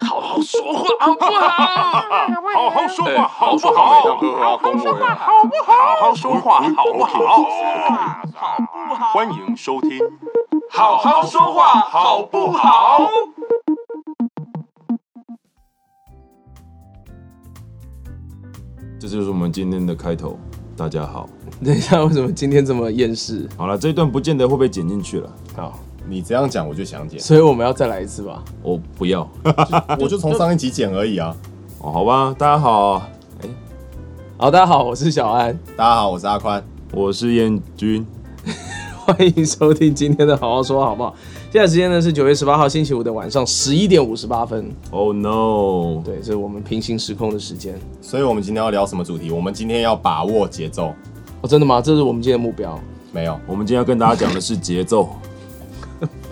好说话好不好？好好说哎话，好不好好？好好说话，好不好？好好说话，好不好？好不好？欢迎收听，好好说话好不好？这就是我们今天的开头。大家好， 等一下，为什么今天这么厌世？好了，这一段不见得会被剪进去了，好，你这样讲我就想剪，所以我们要再来一次吧。我不要。我就从上一集剪而已啊。哦，好吧，大家好，哎、好，大家好，我是小安， 大家好，我是阿宽。我是燕君。欢迎收听今天的好好说，好不好？现在时间呢是九月十八号星期五的晚上十一点五十八分， Oh no！ 对，这是我们平行时空的时间。所以我们今天要聊什么主题？我们今天要把握节奏，哦，真的吗？这是我们今天的目标？ 没有？我们今天要跟大家讲的是节奏，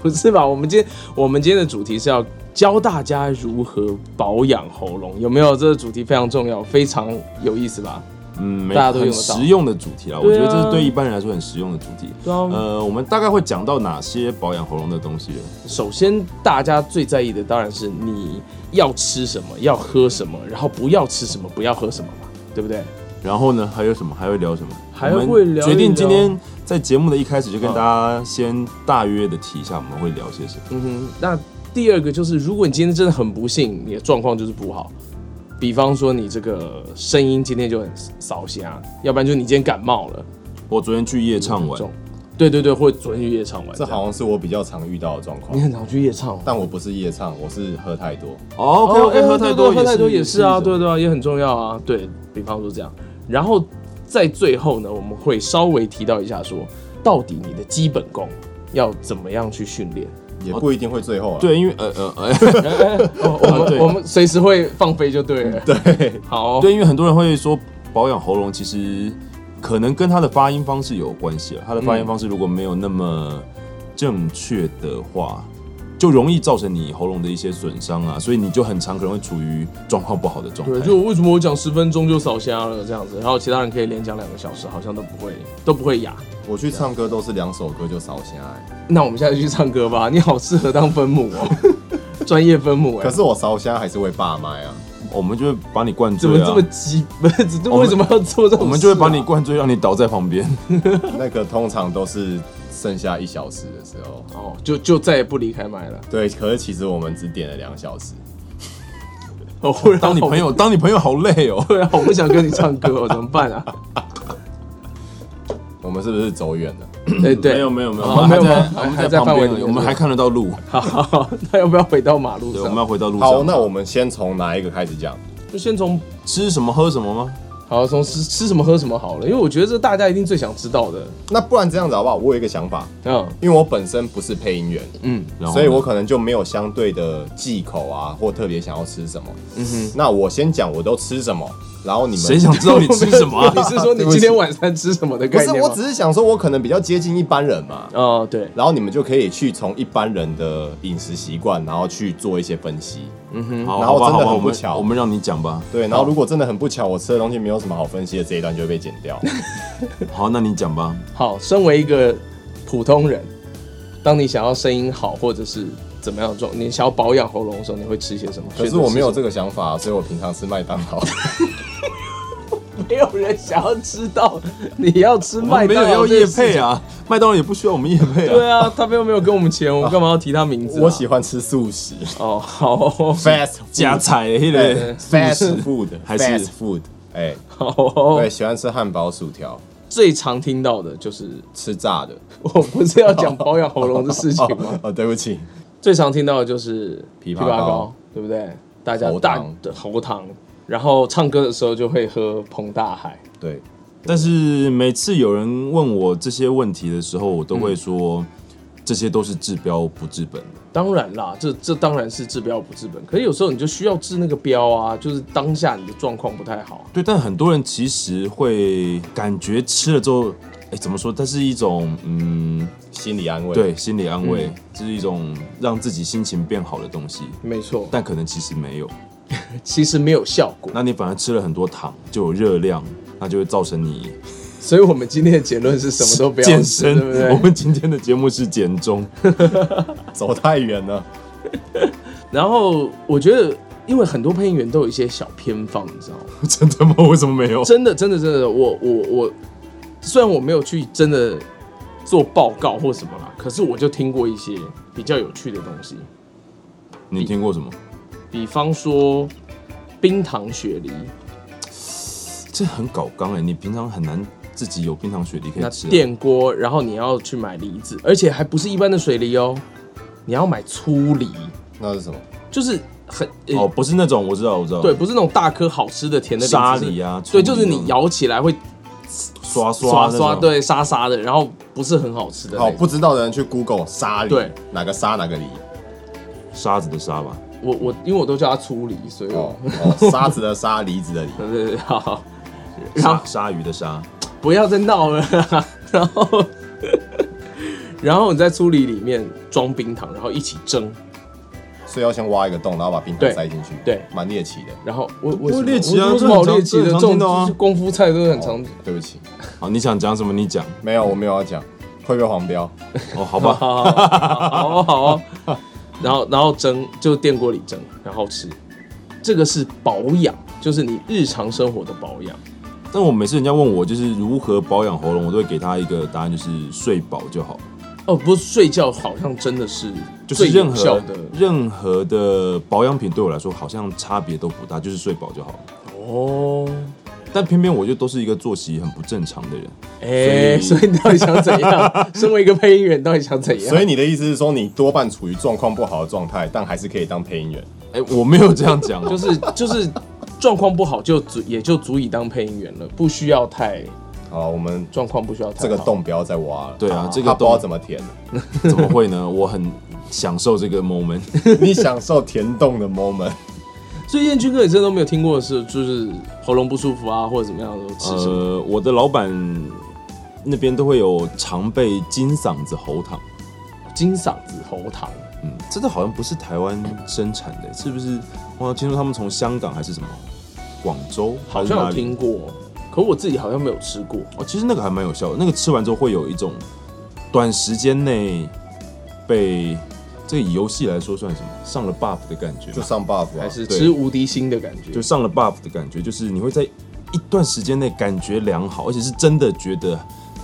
不是吧？我们今天我们今天的主题是要教大家如何保养喉咙，有没有？这个主题非常重要，非常有意思吧？嗯，没 大家都很用得到实用的主题啦。我对觉啊得这是对一般人来说很实用的主题。对啊呃，我们大概会讲到哪些保养喉咙的东西了？首先，大家最在意的当然是你要吃什么，要喝什么，然后不要吃什么，不要喝什么嘛，对不对？然后呢，还有什么？还会聊什么？还会我们聊一聊决定今天在节目的一开始就跟大家先大约的提一下我们会聊些什么。嗯哼，那第二个就是，如果你今天真的很不幸，你的状况就是不好，比方说你这个声音今天就很扫瞎，要不然就是你今天感冒了，我昨天去夜唱完，重，对对对，或者昨天去夜唱完，这好，像是我比较常遇到的状你况，很常去夜唱哦。但我不是夜唱，我是喝太多。哦，OK 哦 OK，喝对太对多喝太多也是啊，一种对对啊，也很重要啊。对比方说这样，然后在最后呢，我们会稍微提到一下说，到底你的基本功要怎么样去训 练？也不一定会最后啊。，对，因为呃呃 呃，哦我对们我们随时会放飞就对了。对， 好，哦对，因为很多人会说保养喉咙，其实可能跟他的发音方式有关系啊。他的嗯发音方式如果没有那么正确的话，就容易造成你喉咙的一些损伤啊，所以你就很常可能会处于状况不好的状对，态。就为什么我讲十分钟就扫瞎了这样子，然后其他人可以连讲两个小时，好像都不会都不会哑。我去唱歌都是两首歌就烧香哎，那我们现在就去唱歌吧，你好适合当分母 哦，专业分母哎、可是我烧香还是会霸麦啊。我们就会把你灌怎么醉这啊么。急？ 不是，这为什么要做这种事啊、我们就会把你灌醉，让你倒在旁 边。那个通常都是剩下一小时的时候。哦，就就再也不离开麦了。 对，可是其实我们只点了两小时。哦，不然当你朋友，当你朋友好累哦。 对啊，我不想跟你唱歌， 哦，怎么 办啊？我们是不是走远了？对对，没有没有没有，哦我们还没有在吗我们还在在旁范围边里而已，面我们还看得到路。好 好，好那要不要回到马路对，上？我们要回到路上。好，那我们先从哪一个开始讲？就先从吃什么喝什么吗？好从吃吃什么喝什么好了，因为我觉得这大家一定最想知道的。那不然这样子好不好？我有一个想法，嗯因为我本身不是配音员，嗯，？然后所以呢我可能就没有相对的忌口啊，或特别想要吃什么。嗯哼，那我先讲我都吃什么，然后你们 谁想知道你吃什么 啊 你是说你今天晚餐吃什么的不概是？念吗？我只是想说，我可能比较接近一般人嘛，哦，对，然后你们就可以去从一般人的饮食习惯，然后去做一些分析。 然后好，好吧真的好吧很我不们巧我们让你讲吧。对，然后如果真的很不巧，我吃的东西没有什么好分析的，这一段就会被剪掉。好，那你讲吧。好，身为一个普通人，当你想要声音好或者是怎么样的状，你想要保养喉咙的时候，你会吃些什么？可选是择我没有吃什这个想法，所以我平常吃麦当劳。么，没有人想要知道你要吃我们麦没有当劳要这夜件事情配啊，麦当劳也不需要我们夜配啊。 对啊，他又没有给我们钱，我们干嘛要提他名字啊、我喜欢吃素食哦，好哦，fast 加 food，菜的那对 个素食 fast food，还是 fast food，哎，好哦对，。喜欢吃汉堡、薯条，最常听到的就是，吃炸的。我不是要讲保养喉咙的事情 吗？哦，对不起，最常听到的就是枇杷枇膏膏，对不对？大家喉大糖的喉糖，然后唱歌的时候就会喝彭大海。对，但是每次有人问我这些问题的时候，我都会嗯说，这些都是治标不治本的。当然啦，这这当然是治标不治本，可是有时候你就需要治那个标啊，就是当下你的状况不太好。啊对，但很多人其实会感觉吃了之后，哎，怎么说？它是一种嗯，心理安慰。，嗯对，心理安慰，这是一种让自己心情变好的东西。没错，但可能其实没有，其实没有效果。那你反而吃了很多糖，就有热量，那就会造成你所以我们今天的结论是什么都不要健吃身。对不 对？我们今天的节目是减重， 走太远了。然后我觉得因为很多配音员都有一些小偏方，你知道吗？真的吗？为什么没有？真的，真的，真的，我我我，虽然我没有去真的做报告或什么啦，可是我就听过一些比较有趣的东西，你听过什么？比方说冰糖雪梨，这很搞纲哎、你平常很难自己有冰糖雪梨可那以吃、啊。电锅，然后你要去买梨子，而且还不是一般的水梨哦，你要买粗梨，那是什么？就是很、呃哦，不是那种，我知道，我知道。对，，不是那种大颗好吃的甜的梨子沙梨啊是对，粗就梨是你咬起来会刷刷刷刷，那种，对，沙沙的，然后不是很好吃的那好，种。不知道的人去 Google 沙梨对，哪个沙哪个梨沙子的沙吧。我我因为我都叫它粗梨，所以我哦，哦沙子的沙，梨子的梨。对对对，好，然鲨后鲨鱼的鲨，不要再闹了 啦，然后然后你在粗梨里面装冰糖，然后一起蒸，所以要先挖一个洞，然后把冰对糖塞进去，对蛮猎奇的。然后我我不会猎奇啊为什这很么好常猎奇这的？很这常种见的啊就是功夫菜都是很常哦对不起，好，你想讲什么？你讲没有，我没有要讲，会不会黄标？哦，好吧。 好好好好好好，然后然后蒸，就电锅里蒸，然后吃。这个是保养，就是你日常生活的保养。但我每次人家问我就是如何保养喉咙，我都会给他一个答案，就是睡饱就好。哦，不是睡觉好像真的是就是最任有效何的任何的保养品对我来说好像差别都不大，就是睡饱就好了。哦。但偏偏我就都是一个作息很不正常的人，哎，所所以以你到底想怎样？身为一个配音员，到底想怎样？所以你的意思是说，你多半处于状况不好的状态，但还是可以当配音员？哎、我没有这样讲 哦，就就是是就是状况不好就足也就足以当配音员了，不需要太好了，我们状况不需要太这个好洞不要再挖了。对啊他这个洞不知道怎么 填，怎么会呢？我很享受这个 moment，你享受填洞的 moment。所以燕君哥，你真的都没有听过的是，就是喉咙不舒服啊，或者怎么样的时候吃什么？呃，我的老板那边都会有常备金嗓子喉糖，金嗓子、喉糖，嗯，这个好像不是台湾生产的，是不是？我好像听说他们从香港还是什么广州，好像有听过，可我自己好像没有吃过。哦，其实那个还蛮有效的，那个吃完之后会有一种短时间内被这个以游戏来说算什么上了 buff 的感觉吧，就上 buff 还啊，是对吃无敌心的感觉，就上了 buff 的感觉，就是你会在一段时间内感觉良好，而且是真的觉得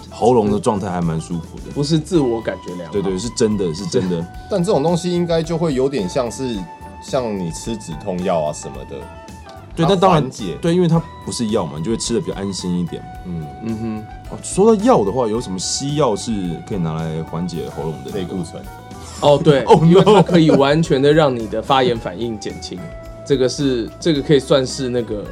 喉咙的状态还蛮舒服嗯的。不是自我感觉良好。对对，，是真的是真的，但这种东西应该就会有点像是像你吃止痛药啊什么的。对，它那当然缓解对，因为它不是药嘛，你就会吃的比较安心一点。嗯，嗯哦，说到药的话，有什么西药是可以拿来缓解喉咙的？类固醇。哼，哦对 Oh, no 因为它可以完全的让你的发炎反应减轻，这个是这个可以算是那个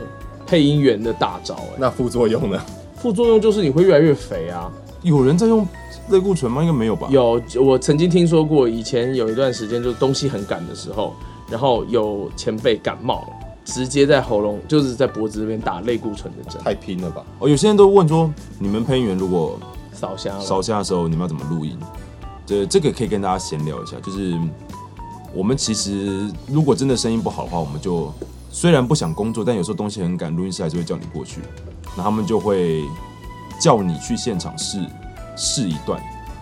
配音员的大招哎、那副作用呢？ 副作用就是你会越来越肥啊。有人在用类固醇吗？应该没有吧？有，我曾经听说过，以前有一段时间就是东西很赶的时候，然后有前辈感冒了，直接在喉咙就是在脖子这边打类固醇的针，太拼了吧！哦，有些人都问说，你们配音员如果烧瞎了。烧虾的时候，你们要怎么录音？这这个可以跟大家闲聊一下，就是我们其实如果真的声音不好的话，我们就虽然不想工作，但有时候东西很赶，录音师还是会叫你过去，那他们就会叫你去现场试试一段，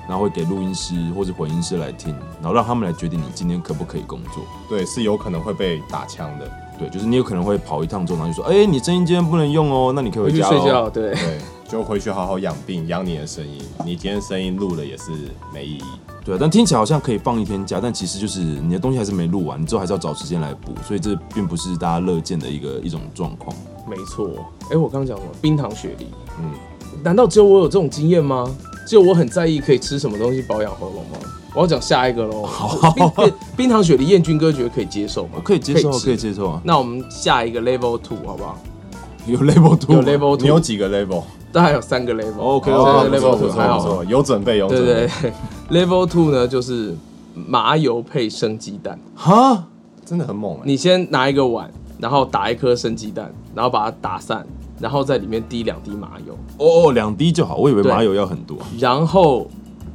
然后会给录音师或者混音师来听，然后让他们来决定你今天可不可以工作。对，是有可能会被打枪的。对，就是你有可能会跑一趟之后，然后就说，哎、你声音今天不能用哦，那你可以回回去家、哦、睡觉，啊对，对，就回去好好养病，养你的声音。你今天声音录了也是没意义。对啊，但听起来好像可以放一天假，但其实就是你的东西还是没录完，你之后还是要找时间来补，所以这并不是大家乐见的一个一种状况。没错。哎，我刚刚讲什么？冰糖雪梨，嗯，难道只有我有这种经验吗？只有我很在意可以吃什么东西保养喉咙吗？我要讲下一个喽。冰冰冰糖雪梨，燕君哥觉得可以接受吗？我可以接受，吃可以。接受啊，那我们下一个 level two 好不好？有 level two，有 level 你有 two，几个 level？大概有三个 level。 OK，哦 对不 level 错 two，不还错好不错，有准备有对准对备，对 ，Level Two 呢就是麻油配生鸡蛋。哈，啊真的很猛哎。你先拿一个碗，然后打一颗生鸡蛋，然后把它打散，然后在里面滴两滴麻油，哦哦，两滴就好，我以为对麻油要很多。啊然后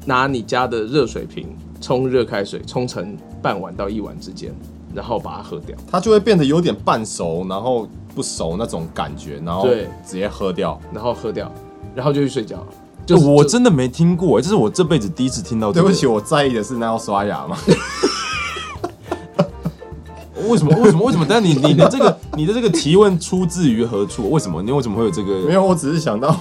拿你家的热水瓶冲热开水，冲成半碗到一碗之间，然后把它喝掉。它就会变得有点半熟，然后不熟那种感觉，然后对直接喝掉。然后喝掉，然后就去睡觉了。就就是我就真的没听过，欸这是我这辈子第一次听到。对不起，，我在意的是那要刷牙吗？为什么？为什么？为什么？但你你的这个你的这个提问出自于何处？为什么？你为什么会有这个？ 没有，我只是想到，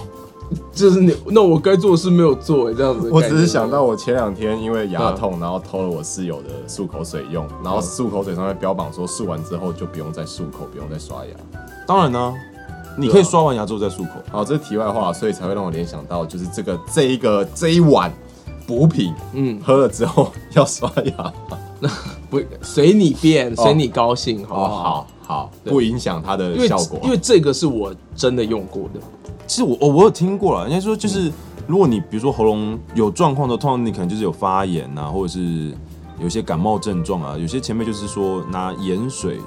就是你，那我该做的事没有做，这样子的概念。哦嗯我只是想到我前两天因为牙痛，然后偷了我室友的漱口水用，然后漱口水上面标榜说漱完之后就不用再漱口，不用再刷牙。当然呢、啊你可以刷完牙之后再漱口。好，这是题外话，所以才会让我联想到，就是这个这一个这一碗补品，嗯，喝了之后 要刷牙。不随你便，随你高兴，好不哦，好？好好，不影响它的因为效果。因为这个是我真的用过的，其实我哦我我有听过了，应该说就是，如果你比如说喉咙有状况的，通常你可能就是有发炎啊，或者是有一些感冒症状啊。有些前辈就是说拿盐水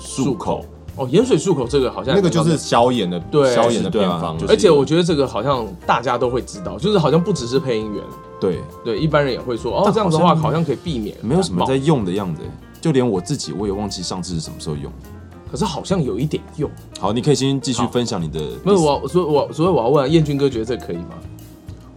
漱口，哦，盐水漱口这个好像那个就是消炎的，对消炎的是对偏啊方。就是而且我觉得这个好像大家都会知道，就是好像不只是配音员，对，对一般人也会说哦，但这样子的话好像好像可以避免感冒，没有什么在用的样子、就连我自己我也忘记上次是什么时候用。可是好像有一点用。好，你可以先继续分享你的。没有，我，所以我所以我要问啊彦君哥，觉得这可以吗？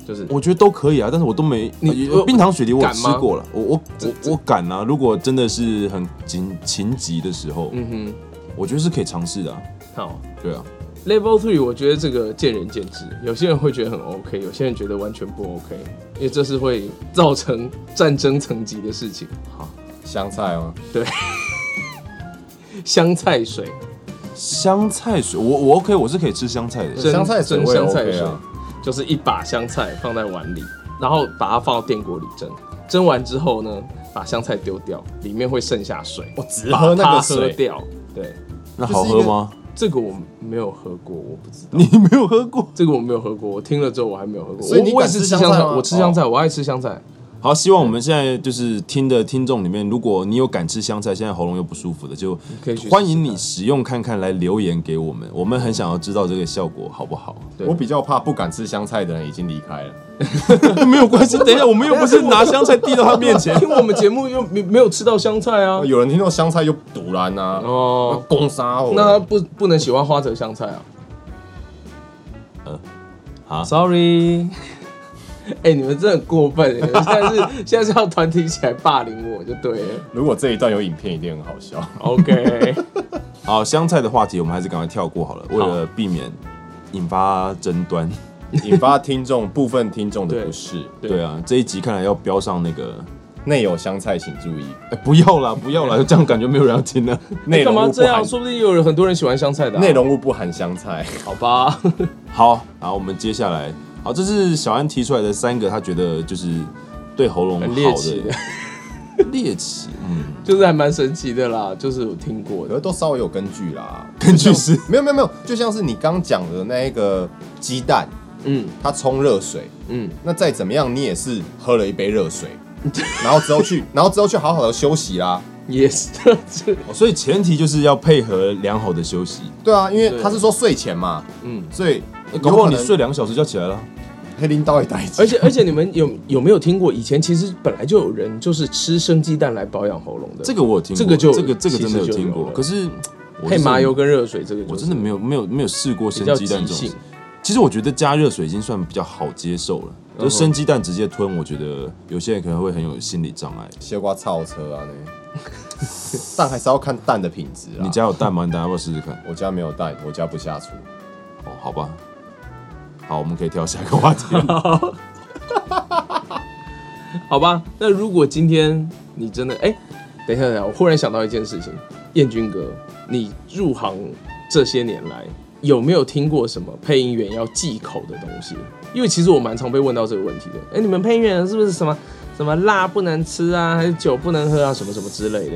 就是我觉得都可以啊，但是我都没。你呃冰糖雪梨我有敢吃吗过了，我我这这我我敢啊！如果真的是很紧情急的时候，嗯我觉得是可以尝试的、啊。哼，好对啊， ，Level Three，我觉得这个见仁见智，有些人会觉得很 OK，有些人觉得完全不 OK，因为这是会造成战争层级的事情。香菜哦，香菜水，香菜水，我我 OK，我是可以吃香菜的。真香菜水真我也香菜 OK 水啊，就是一把香菜放在碗里，然后把它放到电锅里蒸，蒸完之后呢，把香菜丢掉，里面会剩下水，我只喝哦那把个它喝水，掉。对，那好喝吗？这个我哦没有喝过，我不知道。你没有喝过。 这个我没有喝过，我听了之后我还没有喝过。所以你我我也敢是吃吃香香菜菜，吗哦我吃香菜，我爱吃 香菜。好，希望我们现在就是听的听众里面，如果你有敢吃香菜，现在喉咙又不舒服的，就可以去试试欢迎你使用看看，来留言给我们，我们很想要知道这个效果好不 好。我比较怕不敢吃香菜的人已经离开了。没有关系，等一下我们又不是拿香菜递到他面 前。听我们节目又没没有吃到香菜啊 哦，？有人听到香菜就堵然呐、啊，哦，攻杀我。那他不不能喜欢花泽香菜啊？呃啊 Sorry，哎、你们真的很过分，你们现在是现在是要团体起来霸凌我就对了。如果这一段有影片，一定很好笑。 OK，好，香菜的话题我们还是赶快跳过好了，为了避免引发争 端。引发听众部分听众的对不适。对对啊，这一集看来要标上那个，内有香菜，请 注意。哎，不要啦，不要啦，这样感觉没有人要听啊了。内 干容嘛物不这样？含说不定有人很多人喜欢香菜的啊、内容物不含香菜。好吧？ 好，然后我们接下来，好，这是小安提出来的三个，他觉得就是对喉咙很好猎奇的，猎奇，嗯，就是还蛮神奇的啦，就是我听过 可的是都稍微有根据啦。根据是 没有没有没有，就像是你刚讲的那一个鸡蛋，嗯它冲热水，嗯，那再怎么样你也是喝了一杯热水，然后之后去，然后之后去好好的休息啦。也是 这哦所以前提就是要配合良好的休息。对啊，因为他是说睡前嘛，嗯嗯，所以搞不好你有可能睡两小时就要起来了，黑林刀也带劲， 而且而且你们有有没有听过？以前其实本来就有人就是吃生鸡蛋来保养喉咙的，这个我有听过，这个就这个这个其实真的有就听过。了可是我配就是麻油跟热水，这个就是我真的没有没有没有试过生比较鸡蛋即这种兴事。其实我觉得加热水已经算比较好接受了，嗯就生鸡蛋直接吞，我觉得有些人可能会很有心理障碍。西瓜超车啊那， 但还是要看蛋的品质啊。你家有蛋吗？你等下要不要试试看？我家没有蛋，我家不下厨。哦，好吧，好，我们可以跳下一个 话题。好吧，那如果今天你真的哎、等一下，等一下，我忽然想到一件事情，彦君哥，你入行这些年来有没有听过什么配音员要忌口的东西？因为其实我蛮常被问到这个问题的。哎、你们配音员是不是什么什么辣不能吃啊，还是酒不能喝啊，什么什么之类的？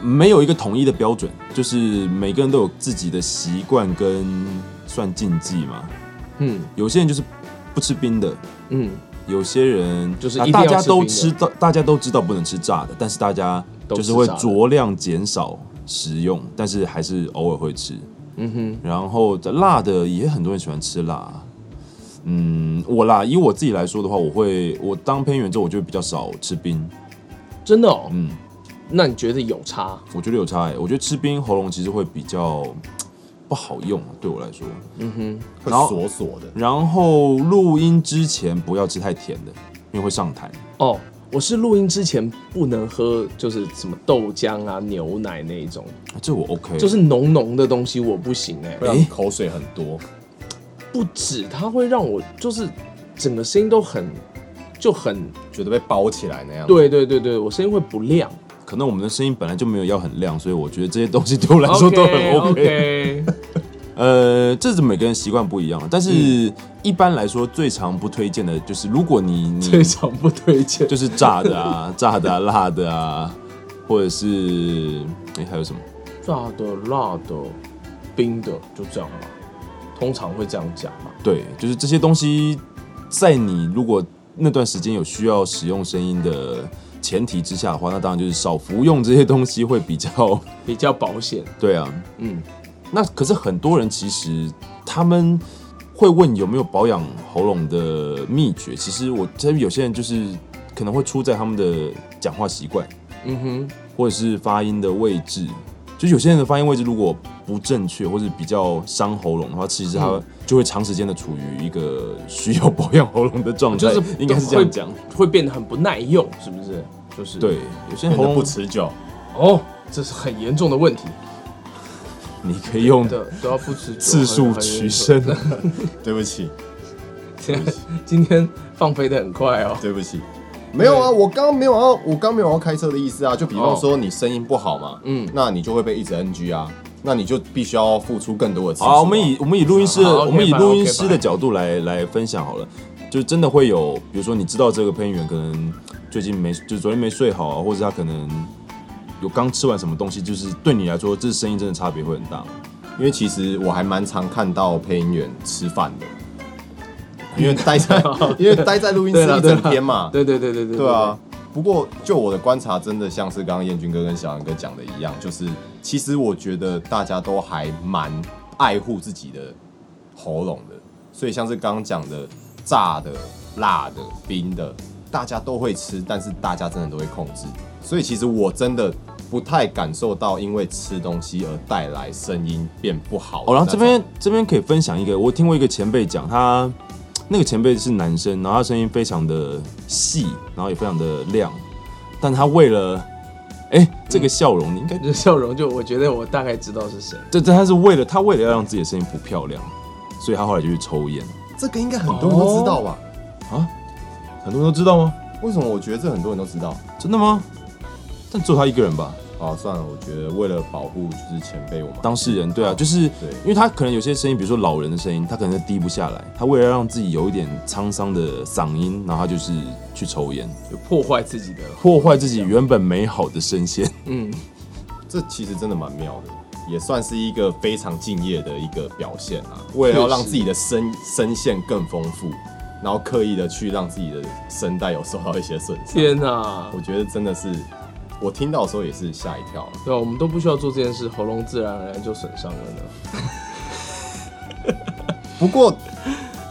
没有一个统一的标准，就是每个人都有自己的习惯跟算禁忌嘛。嗯有些人就是不吃冰的，嗯，有些人就是啊一定大要家吃都冰的知道，大家都知道不能吃炸的，但是大家都就是吃会炸的酌量减少食用，但是还是偶尔会吃。嗯哼，然后辣的也很多人喜欢吃辣，嗯，我啦，以我自己来说的话，我会我当偏员之后，我就会比较少吃冰。真的哦。嗯，那你觉得有差？我觉得有差哎、我觉得吃冰喉咙其实会比较不好用，啊对我来说。会然后锁锁的。然后录音之前不要吃太甜的，因为会上痰。哦，我是录音之前不能喝，就是什么豆浆啊、牛奶那一种，这我 OK，就是浓浓的东西我不行哎、会让口水很多。不止它会让我就是整个声音都很就很觉得被包起来那样。，对对对对，我声音会不亮。可能我们的声音本来就没有要很亮，所以我觉得这些东西对我来说都很嗯 OK，呃，这是每个人习惯不一样啊了，但嗯是一般来说最常不推荐的就是，如果 你你非常不推荐。就是炸的啊、 炸的啊、辣的啊，或者是哎、还有什么？炸的、辣的、冰的，就这样吧。通常会这样讲嘛。对，就是这些东西，在你如果那段时间有需要使用声音的前提之下的话，那当然就是少服用这些东西会比较比较保险。对啊。嗯，那可是很多人其实他们会问有没有保养喉咙的秘诀，其实我这有些人就是可能会出在他们的讲话习惯，嗯哼，或者是发音的位置。就有些人的发音位置如果不正确，或者比较伤喉咙的话，其实他嗯就会长时间的处于一个需要保养喉咙的状态，就是应该是这样讲。会变得很不耐用，是不是？就是对，有些人变喉得不咙持久。哦，这是很严重的问题。你可以嗯用的都要不持久次数取。胜。对不 起，很很严重今天放飞的很快哦。对不起。没有啊，我刚刚没有要，我刚没有要开车的意思啊。就比哦方说你声音不好嘛，嗯嗯，那你就会被一直 NG 啊，那你就必须要付出更多的次数、啊。好，我们以我们以录音师的好，OK，我们以拜录音 OK，师拜的角度来来分享好了，就真的会有，比如说你知道这个配音员可能最近没，就昨天没睡好啊，或者他可能有刚吃完什么东西，就是对你来说，这声音真的差别会很大。因为其实我还蛮常看到配音员吃饭的，因 为待在因为待在录音室啊对了一对整了，天嘛，对对对对对对啊。。不过就我的观察，真的像是刚刚燕君哥跟小杨哥讲的一样，就是其实我觉得大家都还蛮爱护自己的喉咙的，所以像是刚刚讲的炸的、辣的、冰的，大家都会吃，但是大家真的都会控制。所以其实我真的不太感受到因为吃东西而带来声音变不好的哦，那种。然后这边这边可以分享一个，我听过一个前辈讲，他那个前辈是男生，然后他声音非常的细，然后也非常的亮，但他为了，哎，这嗯个笑容你应该这笑容就我觉得我大概知道是谁。这这他是为了他为了要让自己的声音不漂亮，所以他后来就去抽烟。这个应该很多人都知道吧？很多人都知道吗？哦为什么我觉得这很多人都知道？真的吗？但只有他一个人吧，好，算了，我觉得为了保护就是前辈，我们当事人对啊，就是对因为他可能有些声音，比如说老人的声音，他可能低不下来，他为了让自己有一点沧桑的嗓音，然后他就是去抽烟，就破坏自己的，破坏自己原本美好的声线。嗯，这其实真的蛮妙的，也算是一个非常敬业的一个表现啊。为了要让自己的声声线更丰富，然后刻意的去让自己的声带有受到一些损伤。天哪我，觉得真的是，我听到的时候也是吓一跳啊。对啊，我们都不需要做这件事，喉咙自然而然就损伤了呢。不过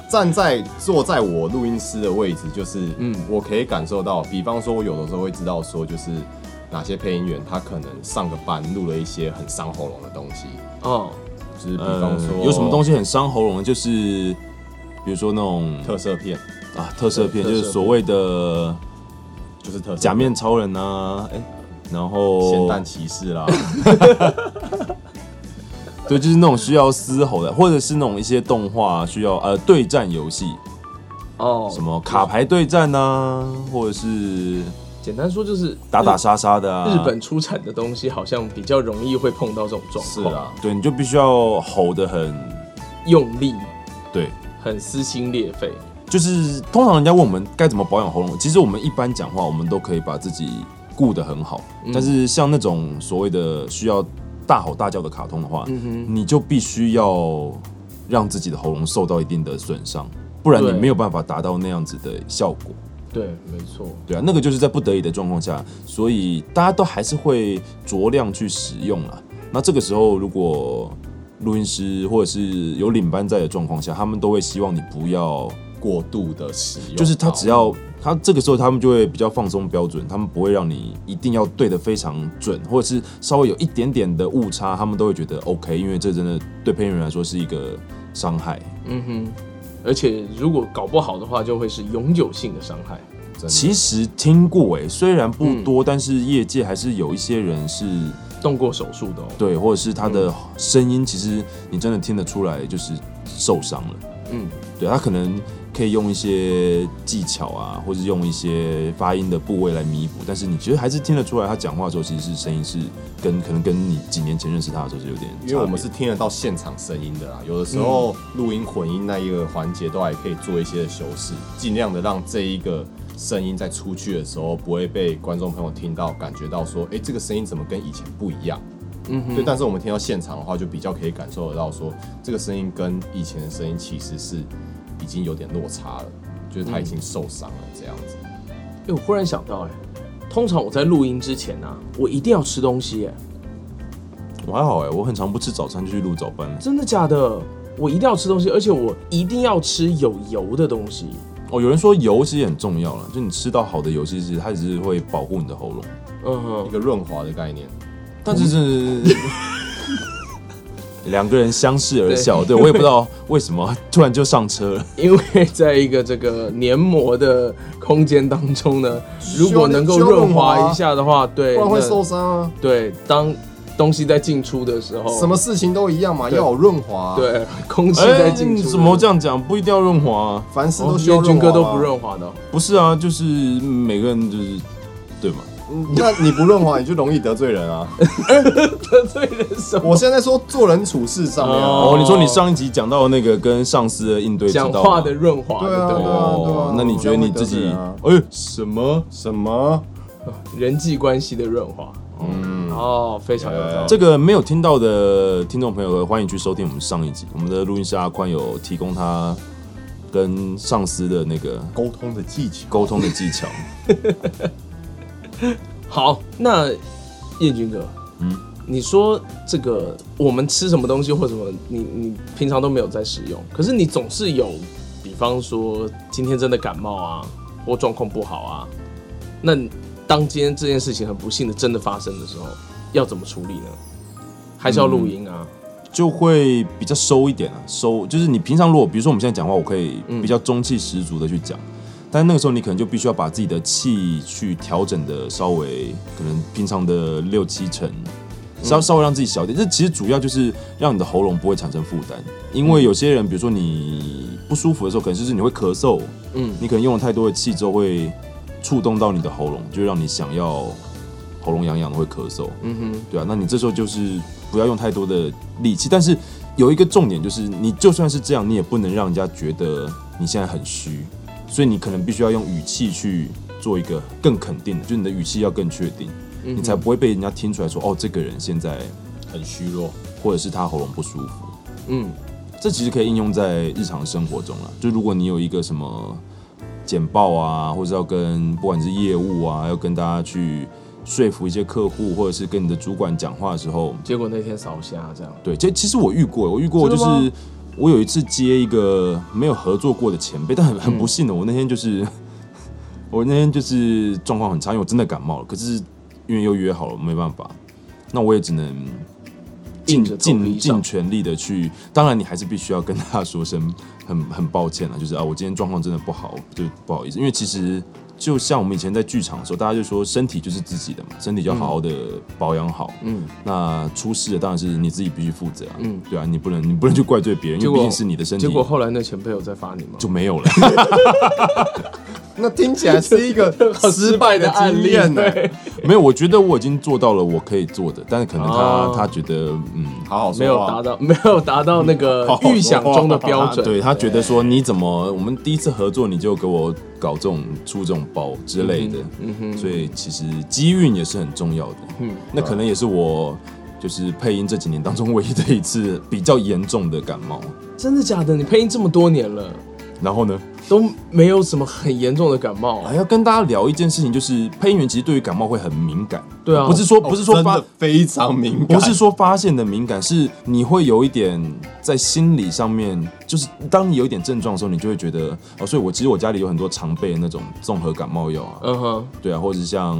站在坐在我录音师的位置，就是嗯，我可以感受到，比方说，我有的时候会知道说，就是哪些配音员他可能上个班录了一些很伤喉咙的东西，哦，就是比呃方说、，有什么东西西很伤喉咙的，就是比如说那种特色片，啊特色片，特就色是所谓的就是特色假片面超人啊，哎、然后咸蛋骑士啦，对，就是那种需要嘶吼的，或者是那种一些动画需要呃对战游戏，哦，什么卡牌对战啊，或者是简单说就是打打杀杀的啊。日本出产的东西好像比较容易会碰到这种状是啊况，啦，啊对，你就必须要吼的很用力，对，很撕心裂肺。就是通常人家问我们该怎么保养喉咙，其实我们一般讲话，我们都可以把自己顾得很好，嗯但是像那种所谓的需要大吼大叫的卡通的话，嗯你就必须要让自己的喉咙受到一定的损伤，不然你对没有办法达到那样子的效果。对，没错，对啊，那个就是在不得已的状况下，所以大家都还是会酌量去使用啦。那这个时候，如果录音师或者是有领班在的状况下，他们都会希望你不要，过度的使用到，就是他只要他这个时候，他们就会比较放松标准，他们不会让你一定要对的非常准，或者是稍微有一点点的误差，他们都会觉得 OK，因为这真的对配音员来说是一个伤害。嗯哼，而且如果搞不好的话，就会是永久性的伤害。真的其实听过哎、虽然不多，但是业界还是有一些人是动过手术的哦。对，或者是他嗯的声音，其实你真的听得出来，就是受伤了。嗯，对他可能可以用一些技巧啊，或者用一些发音的部位来弥补，但是你觉得还是听得出来，他讲话的时候其实是声音是跟可能跟你几年前认识他的时候是有点差别，因为我们是听得到现场声音的啦，啊有的时候录音混音那一个环节都还可以做一些的修饰，尽量的让这一个声音在出去的时候不会被观众朋友听到，感觉到说，哎、这个声音怎么跟以前不一样？嗯哼对，但是我们听到现场的话，就比较可以感受得到说，这个声音跟以前的声音其实是已经有点落差了，就是他已经受伤了这样子。哎、我忽然想到、哎，通常我在录音之前啊，我一定要吃东西、哎，我还好哎、我很常不吃早餐就去录早班真的假的？我一定要吃东西，而且我一定要吃有油的东西。哦。有人说油其实很重要了，就你吃到好的油，其实它只是会保护你的喉咙，嗯哼一，个润滑的概念，但是是。 两个人相视而笑，对我也不知道为什么突然就上车了。因为在一个这个黏膜的空间当中呢，如果能够润滑一下的话，对，不然会那受伤啊。对，当东西在进出的时候，什么？事情都一样嘛，哦对要有润滑、，对，空气在进哎你出。怎哎么这？样讲？不一定要润滑、啊，凡事哦都，需要彦润滑、军哥都不润滑的哦、不是啊，就是每个人就是对嘛。嗯那你不润滑，你就容易得罪人啊！得罪人什么？我现在说做人处事上面、啊，哦，你说你上一集讲到那个跟上司的应对之道讲吗，话的润滑，对啊不对啊对啊哦，那你觉得你自己这样，哎，什么？什么？人际关系的润滑。嗯，哦，非常有道理。这个没有听到的听众朋友，欢迎去收听我们上一集，我们的录音师阿宽有提供他跟上司的那个沟通的技巧，沟通的技巧。好，那彦军哥，嗯你说这个我们吃什么东西或什么，你你平常都没有在使用，可是你总是有，比方说今天真的感冒啊，或状况不好啊，那当今天这件事情很不幸的真的发生的时候，要怎么处理呢？还是嗯要录音啊？就会比较收一点啊，收就是你平常如果比如说我们现在讲话，我可以嗯比较中气十足的去讲，但那个时候你可能就必须要把自己的气去调整的稍微可能平常的六七成，嗯稍稍微让自己小一点。这其实主要就是让你的喉咙不会产生负担，因嗯为有些人比如说你不舒服的时候，可能就是你会咳嗽，嗯你可能用了太多的气之后会触动到你的喉咙，就让你想要喉咙痒痒的会咳嗽。嗯哼，对啊，那你这时候就是不要用太多的力气，但是有一个重点就是，你就算是这样，你也不能让人家觉得你现在很虚，所以你可能必须要用语气去做一个更肯定的，就是你的语气要更确定，嗯哼你才不会被人家听出来说哦，这个人现在很虚弱。或者是他喉咙不舒服。嗯这其实可以应用在日常生活中了，就如果你有一个什么简报啊，或者要跟不管是业务啊，要跟大家去说服一些客户，或者是跟你的主管讲话的时候，结果那天烧虾这样，对，这其实我遇过，我遇过就真的吗是我有一次接一个没有合作过的前辈，但很很不幸的，我那天就是 我那天就是状况很差，因为我真的感冒了，可是因为又约好了，没办法，那我也只能。尽硬着头尽皮尽上全力的去，当然你还是必须要跟他说声很很抱歉了，就是啊，我今天状况真的不好，就不好意思。因为其实就像我们以前在剧场的时候，大家就说身体就是自己的嘛，身体就要好好的保养好。嗯，那出事的当然是你自己必须负责啊，嗯对啊，你不能你不能去怪罪别人，因结为果毕竟是你的身体结果后来那前辈有在发你吗？就没有了。 那听起来是一 个失败的经验啊呢、对没有，我觉得我已经做到了我可以做的，但是可能他、哦他觉得嗯，好好说话，啊没有达到，没有达到那个好好说话预想中的标准。对他觉得说你怎么我们第一次合作你就给我搞这种出这种包之类的，嗯哼，所以其实机运也是很重要的。嗯那可能也是我就是配音这几年当中唯一的一次比较严重的感冒。真的假的？你配音这么多年了，然后呢，都没有什么很严重的感冒、还要跟大家聊一件事情，就是配音员其实对于感冒会很敏感。对啊不是说哦不是说真发、的非常敏感，不是说发现的敏感，是你会有一点在心理上面，就是当你有一点症状的时候，你就会觉得哦，所以我其实我家里有很多常备的那种综合感冒药啊，嗯哼，对啊，或者是像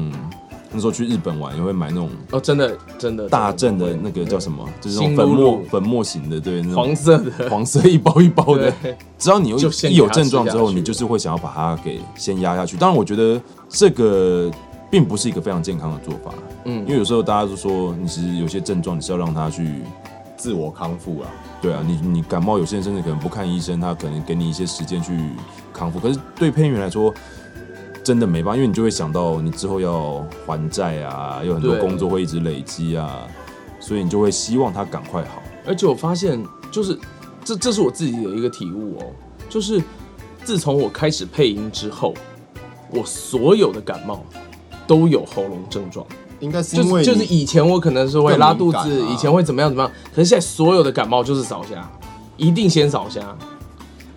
那时候去日本玩也会买那种哦，真的真的大正的真那个叫什么，就是那新种粉露末露粉末型的，对，那种黄色的，黄色一包一包的。对只要你有就先一给有它症吃状下之后，去你就是会想要把它给先压下去。当然，我觉得这个并不是一个非常健康的做法，嗯因为有时候大家都说，你其实有些症状你是要让它去。自我康复啊，对啊，你你感冒，有些人甚至可能不看医生，他可能给你一些时间去康复。可是对配音员来说，真的没办法，因为你就会想到你之后要还债啊，有很多对工作会一直累积啊，所以你就会希望他赶快好。 而且我发现，就是这这是我自己的一个体悟哦，就是自从我开始配音之后，我所有的感冒都有喉咙症状，应该是就因为是就是你以前我可能是会更拉敏肚子，感啊以前会怎么样怎么样，可是现在所有的感冒就是扫虾，一定先扫虾。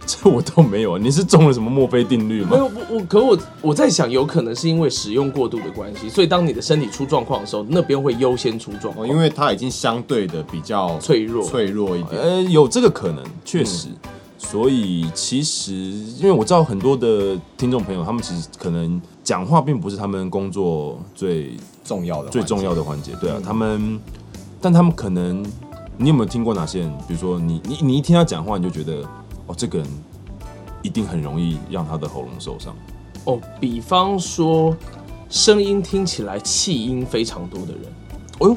这我倒没有，你是中了什么墨菲定律没吗？有我我，可我我在想，有可能是因为使用过度的关系，所以当你的身体出状况的时候，那边会优先出状哦，况，因为它已经相对的比较脆弱脆弱一点。呃，有这个可能，确实。嗯所以其实，因为我知道很多的听众朋友，他们其实可能讲话并不是他们工作最重要的最重要的环节，对嗯啊，他们，但他们可能，你有没有听过哪些人？比如说你你你一听他讲话，你就觉得，哦，这个人一定很容易让他的喉咙受伤。哦，比方说声音听起来气音非常多的人，哎哦呦，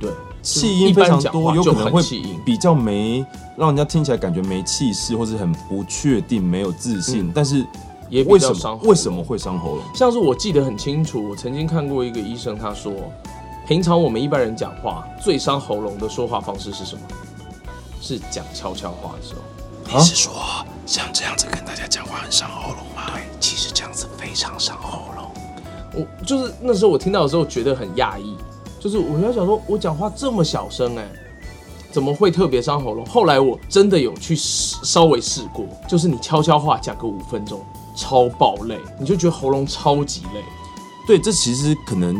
对，气音一非般常讲多，话有可就能很会气音比较没让人家听起来感觉没气势，或是很不确定、没有自信。但是嗯也比为什较么伤。为什么？会伤喉咙？像是我记得很清楚，我曾经看过一个医生，他说，平常我们一般人讲话最伤喉咙的说话方式是什么？是讲悄悄话的时候。你是说我就是那时候我听到的时候觉得很讶异，就是我在想说，我讲话这么小声哎、怎么会特别伤喉咙？后来我真的有去试稍微试过，就是你悄悄话讲个五分钟，超爆累，你就觉得喉咙超级累。对？这其实可能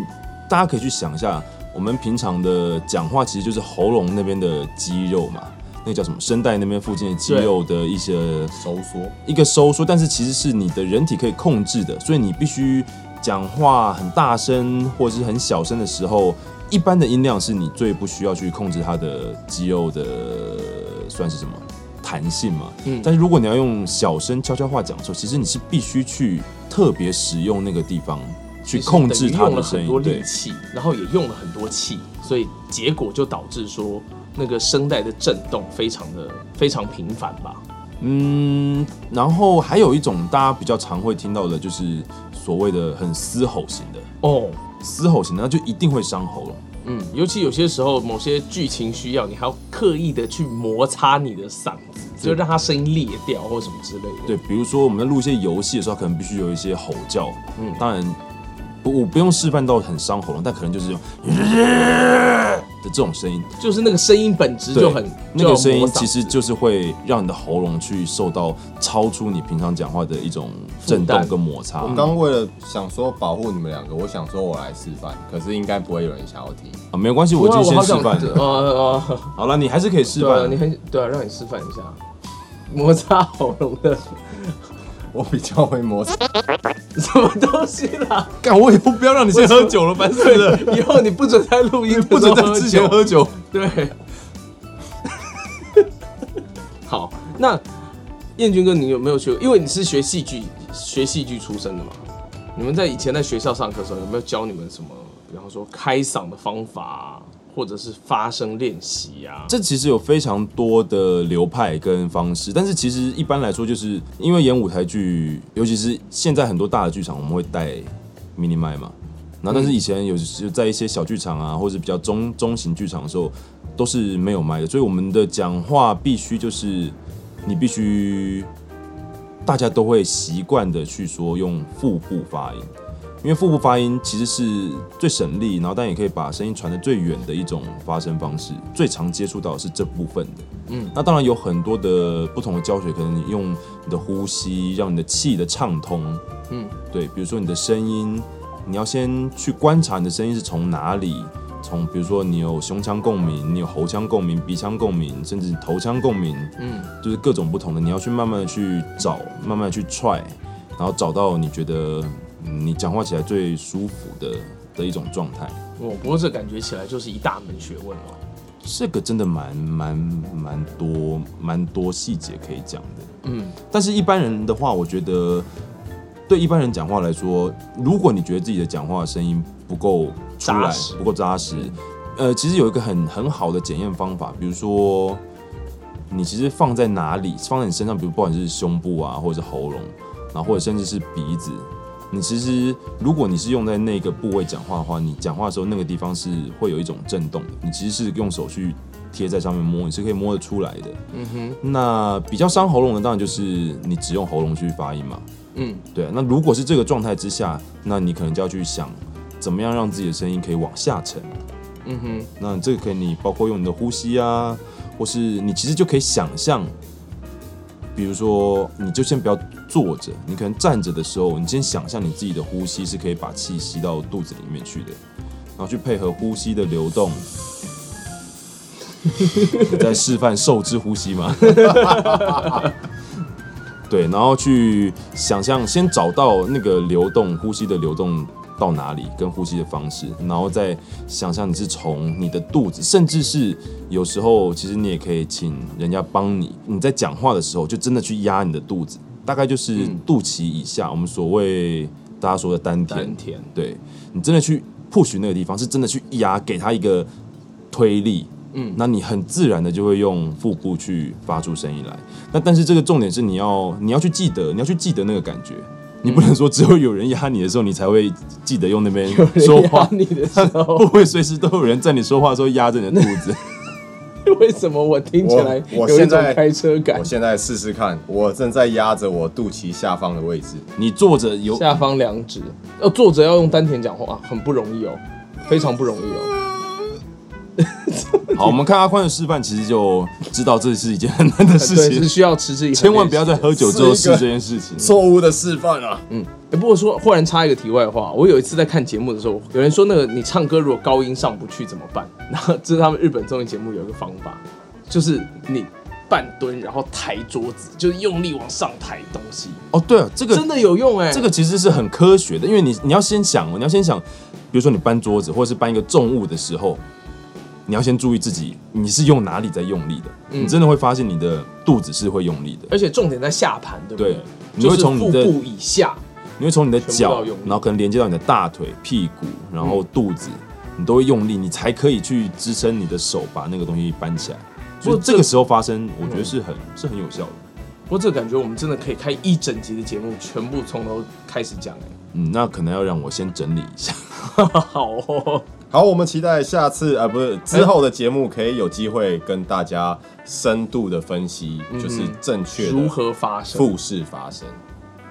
大家可以去想一下，我们平常的讲话其实就是喉咙那边的肌肉嘛，那个叫什么声带那边附近的肌肉的一些收缩，一个收缩，但是其实是你的人体可以控制的，所以你必须讲话很大声或者是很小声的时候，一般的音量是你最不需要去控制它的肌肉的算是什么弹性嘛。嗯，但是如果你要用小声悄悄话讲的时候，其实你是必须去特别使用那个地方去控制就是它等于用的了声很音，多对力。气，然后也用了很多气，所以结果就导致说那个声带的震动非常的非常频繁吧。嗯，然后还有一种大家比较常会听到的，就是所谓的很嘶吼型的，哦，嘶吼型的那就一定会伤喉咙。嗯，尤其有些时候某些剧情需要，你还要刻意的去摩擦你的嗓子，就让它声音裂掉或什么之类的。对，比如说我们在录一些游戏的时候，可能必须有一些吼叫。嗯，当然不，我不用示范到很伤喉咙，但可能就是这种呃的这种声音，就是那个声音本质就对很那个声音，就要磨嗓子其实就是会让你的喉咙去受到超出你平常讲话的一种震负动担跟摩擦。我刚为了想说保护你们两个，我想说我来示范，可是应该不会有人想要听。啊，没有关系，我已哇经我先好示想范了。哦哦，哦好了，你还是可以示对啊，范你。很对啊，让你示范一下摩擦喉咙的我比较会摩擦，什么东西啦？ 干，我以后不要让你先 喝酒了，烦死了！以后你不准在录音的时不候准在喝之前酒喝酒。对。 好，那燕君哥，你有没有学？因为你是学戏剧、学戏剧出身的嘛，你们在以前在学校上课的时候，有没有教你们什么？比方说开嗓的方法啊，或者是发声练习啊？这其实有非常多的流派跟方式，但是其实一般来说，就是因为演舞台剧，尤其是现在很多大的剧场，我们会带 mini 麦嘛。那但是以前有就在一些小剧场啊，或者比较中中型剧场的时候，都是没有麦的，所以我们的讲话必须就是你必须大家都会习惯的去说用腹部发音，因为腹部发音其实是最省力，然后但也可以把声音传得最远的一种发声方式，最常接触到的是这部分的。嗯，那当然有很多的不同的教学，可能你用你的呼吸，让你的气的畅通。嗯，对，比如说你的声音，你要先去观察你的声音是从哪里。从比如说你有胸腔共鸣，你有喉腔共鸣、鼻腔共鸣，甚至头腔共鸣，就是各种不同的，你要去慢慢的去找，慢慢的去踹，然后找到你觉得嗯你讲话起来最舒服的的一种状态。我不过这感觉起来就是一大门学问哦。这个真的蛮蛮蛮多蛮多细节可以讲的。嗯，但是一般人的话，我觉得对一般人讲话来说，如果你觉得自己的讲话的声音不够出扎来实，嗯不够扎实，呃，其实有一个很很好的检验方法，比如说你其实放在哪里，放在你身上，比如不管是胸部啊，或者是喉咙，然后或者甚至是鼻子。你其实，如果你是用在那个部位讲话的话，你讲话的时候那个地方是会有一种震动的。你其实是用手去贴在上面摸，你是可以摸得出来的。嗯那比较伤喉咙的，当然就是你只用喉咙去发音嘛。嗯，对啊。那如果是这个状态之下，那你可能就要去想，怎么样让自己的声音可以往下沉。嗯哼，那这个可以，你包括用你的呼吸啊，或是你其实就可以想象，比如说，你就先不要坐着，你可能站着的时候，你先想象你自己的呼吸是可以把气吸到肚子里面去的，然后去配合呼吸的流动。你在示范受之呼吸吗？ 对，然后去想象，先找到那个流动呼吸的流动到哪里，跟呼吸的方式，然后再想象你是从你的肚子，甚至是有时候其实你也可以请人家帮你，你在讲话的时候就真的去压你的肚子，大概就是肚脐以下，我们所谓大家说的丹田，丹田对你真的去 push 那个地方，是真的去压，给他一个推力，嗯，那你很自然的就会用腹部去发出声音来。那但是这个重点是你要你要去记得，你要去记得那个感觉，你不能说只有有人压你的时候，你才会记得用那边说话 压。你的时不候，会随时都有人在你说话的时候压着你的肚子， 为什么我听起来我我有一现种在开车感我？现在试试看，我正在压着我肚脐下方的位置，你坐着有下方两指，要坐着要用丹田讲话，很不容易哦，非常不容易哦。好，我们看阿宽的示范，其实就知道这是一件很难的事 对，是情，需要持之以恒。千万不要在。喝酒之后试这件事情。错误的示范啊！欸、不过说，忽然插一个题外话，我有一次在看节目的时候，有人说那个你唱歌如果高音上不去怎么办？ 然后这是他们日本综艺节目有一个方法，就是你半蹲，然后抬桌子，就是用力往上抬东西，哦，对了，这个真的有用哎、这个其实是很科学的，因为你你要先想哦，你要先想，比如说你搬桌子或者是搬一个重物的时候，你要先注意自己你是用哪里在用力的，嗯你真的会发现你的肚子是会用力的，而且重点在下盘，对不对？对你会从就是你腹的部以下，你会从你的全部都脚要用力，嗯然后可能连接到你的大腿、屁股，然后肚子，你都会用力，你才可以去支撑你的手把那个东西搬起来。所以这个时候发生，我觉嗯得是很、是很有效的。不过这个感觉我们真的可以开一整集的节目，全部从头开始讲哎、嗯，那可能要让我先整理一下。 好哦，好，我们期待下次啊，呃不是之后的节目可以有机会跟大家深度的分析，嗯就是正确的如何发生？腹式发声，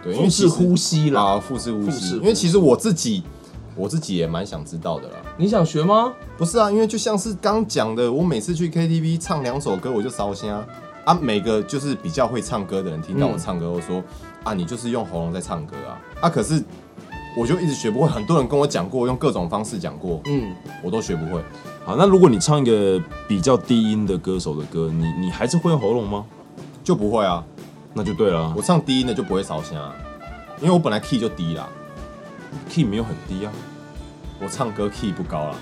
对，因为腹式其实呼吸啦啊，腹式呼腹式吸，呼吸因为其实我自己我自己也蛮想知道的啦。你想学吗？不是啊，因为就像是刚讲的，我每次去 KTV 唱两首歌我就烧心啊啊！每个就是比较会唱歌的人听到我唱歌，我说、啊，你就是用喉咙在唱歌啊啊！可是我就一直学不会，很多人跟我讲过，用各种方式讲过，嗯，我都学不会。好，那如果你唱一个比较低音的歌手的歌，你你还是会用喉咙吗？就不会啊。那就对了啊我唱低音的就不会烧香啊，因为我本来 key 就低啦， ，key 没有很低啊。我唱歌 key 不高啦，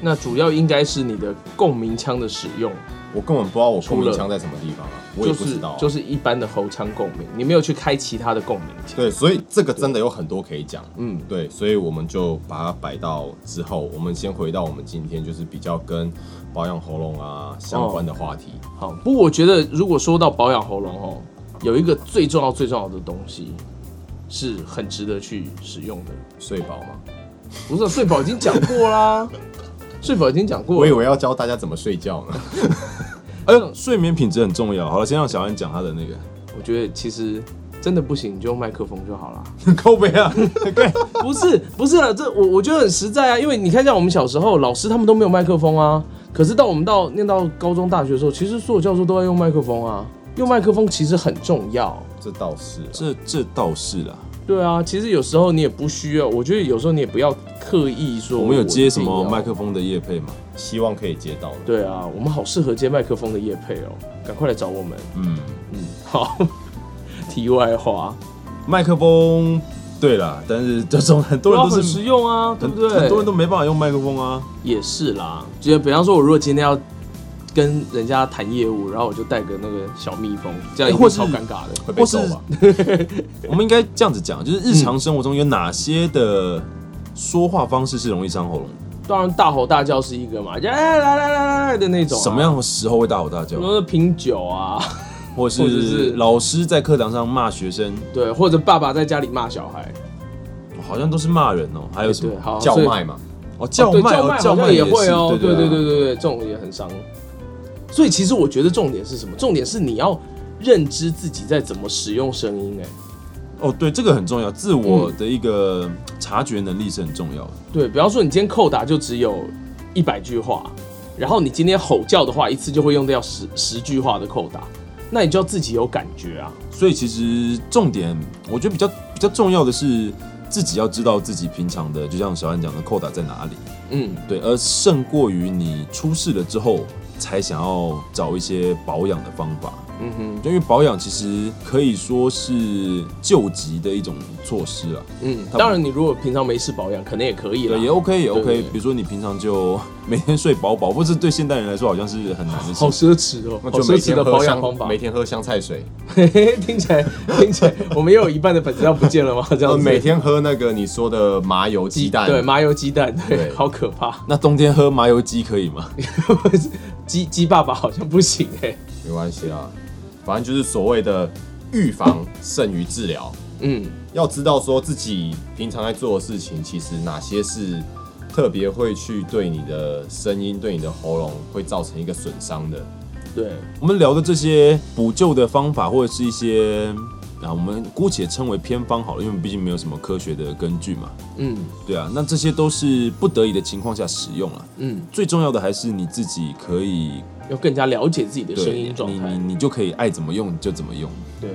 那主要应该是你的共鸣腔的使用，我根本不知道我共除鸣了腔在什么地方啊，我也就不是知道、啊就是一般的喉腔共鸣，你没有去开其他的共鸣腔。对，所以这个真的有很多可以讲，嗯，对，所以我们就把它摆到之后，我们先回到我们今天就是比较跟保养喉咙啊相关的话题，好。不过我觉得，如果说到保养喉咙哦，有一个最重要最重要的东西是很值得去使用的。睡饱嘛，哦不是睡宝已经讲过 啦，睡宝已经讲过我以了。为要教大家怎么睡觉呢， 哎呦，睡眠品质很重要。好了，先让小安讲他的那个。我觉得其实真的不行，你就用麦克风就好啦。够背啊， 不是不是啊，这我我觉得很实在啊，因为你看像我们小时候，老师他们都没有麦克风啊，可是到我们到念到高中大学的时候，其实所有教授都在用麦克风啊，用麦克风其实很重要。这倒是啊、这这倒是啦，对啊，其实有时候你也不需要，我觉得有时候你也不要刻意说。我们有接什么我一定要麦克？风的业配吗？希望可以接到的。对啊，我们好适合接麦克风的业配哦，赶快来找我们。 嗯，好，题外话，麦克风对啦，但是这种很多对人啊，都很是实用啊，对很不对？很多人都没办法用麦克风啊。也是啦，就比方说，我如果今天要跟人家谈业务，然后我就带个那个小蜜蜂，这哎样也或会是超尴尬的。会被或是揍吧？ 我们应该这样子讲，就是日常生活中有哪些的说话方式是容易伤喉咙的？当然，大吼大叫是一个嘛，就哎来来来来来的那种、啊什么？样的时候会大吼大叫比？如说品酒啊， 或嗯或者是是老师在课堂上骂学生，对，或者爸爸在家里骂小孩，好像都是骂人哦。还有什哎对，么？好叫所以卖嘛，哦，叫对卖叫哦卖，叫好卖像也是会哦，对对对对对对，这种也很伤。所以其实我觉得重点是什么？重点是你要认知自己在怎么使用声音、哎，哦，对，这个很重要，自我嗯的一个察觉能力是很重要的。对，比方说你今天扣打就只有一百句话，然后你今天吼叫的话，一次就会用掉十十句话的扣打，那你就要自己有感觉啊。所以其实重点，我觉得比较比较重要的是自己要知道自己平常的，就像小安讲的扣打在哪里，嗯，对，而胜过于你出事了之后才想要找一些保养的方法。嗯哼，因为保养其实可以说是救急的一种措施啊，嗯，不当然你如果平常没事保养，可能也可以了，对，也 OK 也 OK 对对对比如说你平常就 每天睡饱饱，不是对现代人来说好像是很难的好事。奢侈哦，那好就奢每侈天的喝保养方香，法每。天喝香菜水，嘿嘿，听起来听起来，我们又有一半的粉丝要不见了吗？这呃，样子，每天喝那个你说的麻油鸡蛋，对麻油鸡蛋，对，对好可怕。那冬天喝麻油鸡可以吗？鸡鸡爸爸好像不行哎、没关系啊，反正就是所谓的预防胜于治疗。嗯，要知道说自己平常在做的事情，其实哪些是特别会去对你的声音、对你的喉咙会造成一个损伤的。对，我们聊的这些补救的方法，或者是一些啊，我们姑且称为偏方好了，因为毕竟没有什么科学的根据嘛。嗯对啊，那这些都是不得已的情况下使用啊。嗯，最重要的还是你自己可以，要更加了解自己的声音状你态你。你就可以爱怎么用就怎么用。对，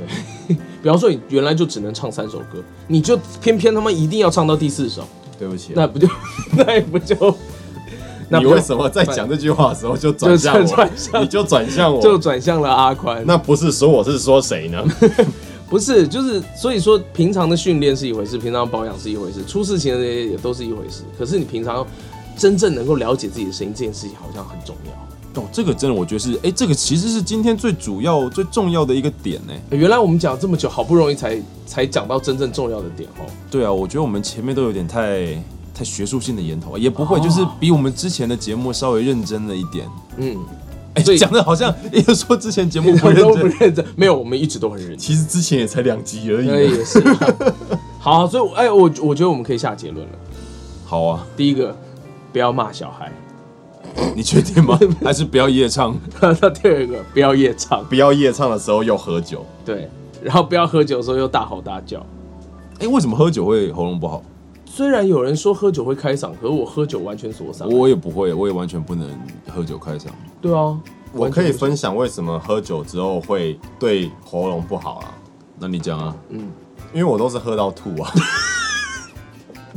比方说你原来就只能唱三首歌，你就偏偏他妈一定要唱到第四首，对不起啊，那不就 那也不就那你不为就什么在讲这句话的时候就转向就转向我？你就转向就我？转向了阿宽？那不是说我是说谁 呢？不是，就是所以说平常的训练是一回事，平常保养是一回事，出事情的也也都是一回事。可是你平常真正能够了解自己的声音这件事情，好像很重要。哦，这个真的我觉得是，哎、这个其实是今天最主要、最重要的一个点呢、原来我们讲这么久，好不容易才才讲到真正重要的点哦。对啊，我觉得我们前面都有点太太学术性的研讨，也不会，就是比我们之前的节目稍微认真了一点。嗯，哎、所以讲的 好像也说之前节目不认都不真。认真，没有，我们一直都很认真。 其实之前也才两集而已对，啊。也是。好，所以我哎、我我觉得我们可以下结论了。好啊，第一个，不要骂小孩； 你确定吗？还是不要夜唱？那第二个，不要夜唱，不要夜唱的时候又喝酒，对，然后不要喝酒的时候又大吼大叫。哎、为什么喝酒会喉咙不好？虽然有人说喝酒会开嗓，可我喝酒完全锁嗓。我也不会，我也完全不能喝酒开嗓。对啊，我可以完全不分享为什么喝酒之后会对喉咙不好啊，那你讲啊，因为我都是喝到吐 啊。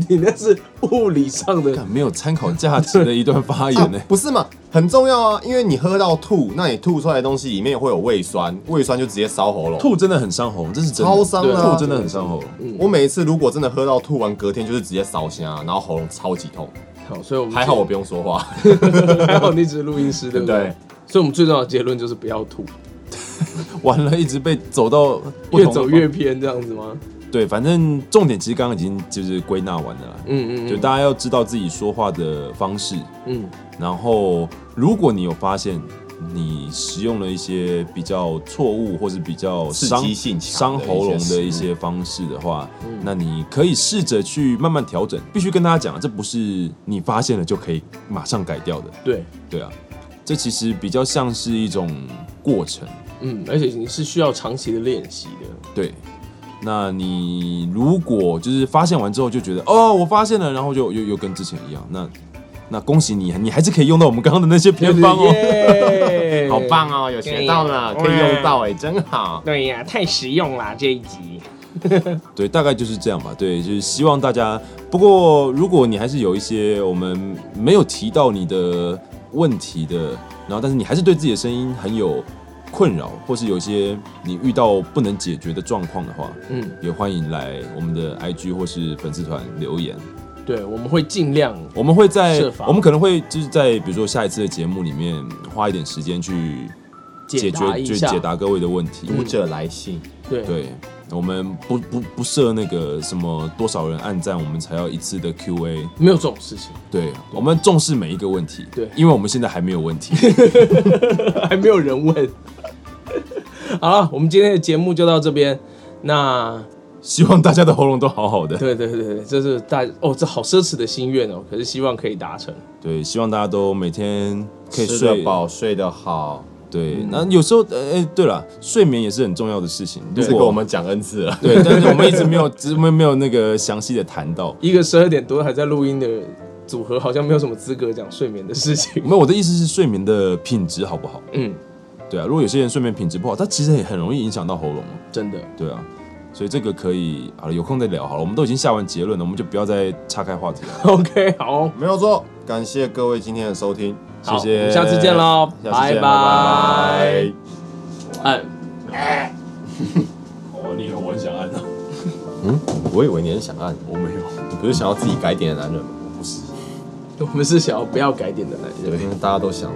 你那是物理上 的干没有参考价值的一段发言 哎呢、啊不是嘛？很重要啊，因为你喝到吐，那你吐出来的东西里面会有胃酸，胃酸就直接烧喉咙。吐真的很伤喉咙，这是真的。超伤的啊吐真的很伤喉咙。我每一次如果真的喝到吐完，隔天就是直接烧瞎，然后喉咙超级痛。好，所以我们还好我不用说话， 还好你只是录音师，对对不不对？对？所以我们最重要的结论就是不要吐，完了，一直被走到不越同的走方越偏这样子吗？对，反正重点其实刚刚已经就是归纳完了啦。嗯嗯就嗯大家要知道自己说话的方式，嗯，然后如果你有发现你使用了一些比较错误或是比较伤刺激性强伤的一些嗯喉咙食的物一些方式的话，那你可以试着去慢慢调整。必须跟大家讲，这不是你发现了就可以马上改掉的，对，对啊，这其实比较像是一种过程。嗯，而且你是需要长期的练习的，对，那你如果就是发现完之后就觉得哦，我发现了，然后就又又跟之前一样，那那恭喜你，你还是可以用到我们刚刚的那些偏方 哦。耶好棒哦，有学到了，可以用到哎，真好。对呀、太实用啦这一集。对，大概就是这样吧。对，就是希望大家。不过如果你还是有一些我们没有提到你的问题的，然后但是你还是对自己的声音很有困扰，或是有一些你遇到不能解决的状况的话，嗯，也欢迎来我们的 IG 或是粉丝团留言。对，我们会尽量我们会在设法我们可能会就是在比如说下一次的节目里面花一点时间去解解答决，一就下。解答各位的问题。读者来信，对对，我们不不不设那个什么多少人按赞我们才要一次的 Q&A。没有这种事情，对，我们重视每一个问题。对因为我们现在还没有问题。还没有人问。好了，我们今天的节目就到这边。那希望大家的喉咙都好好的。对对对对，这是大哦，这好奢侈的心愿哦，可是希望可以达成。对，希望大家都每天可以吃睡得饱，睡得好，对，那有时候，呃，哎对了，睡眠也是很重要的事情。如这个果我们讲 N 次了。对，但是我们一直没有，只没有没有那个详细的谈到。一个十二点多还在录音的组合，好像没有什么资格讲睡眠的事情。没有，我的意思是睡眠的品质好不好？嗯，对啊，如果有些人睡眠品质不好，他其实也很容易影响到喉咙。真的，对啊，所以这个可以好了，有空再聊好了。我们都已经下完结论了，我们就不要再岔开话题了。 OK，好，没有错，感谢各位今天的收听，好谢谢我们下次见喽下次见拜拜拜拜。按 哦，你我很想按啊，我以为你很想按，我没有。你不是想要自己改点的男人吗？我们是想要不要改点的男人。对，因为大家都想。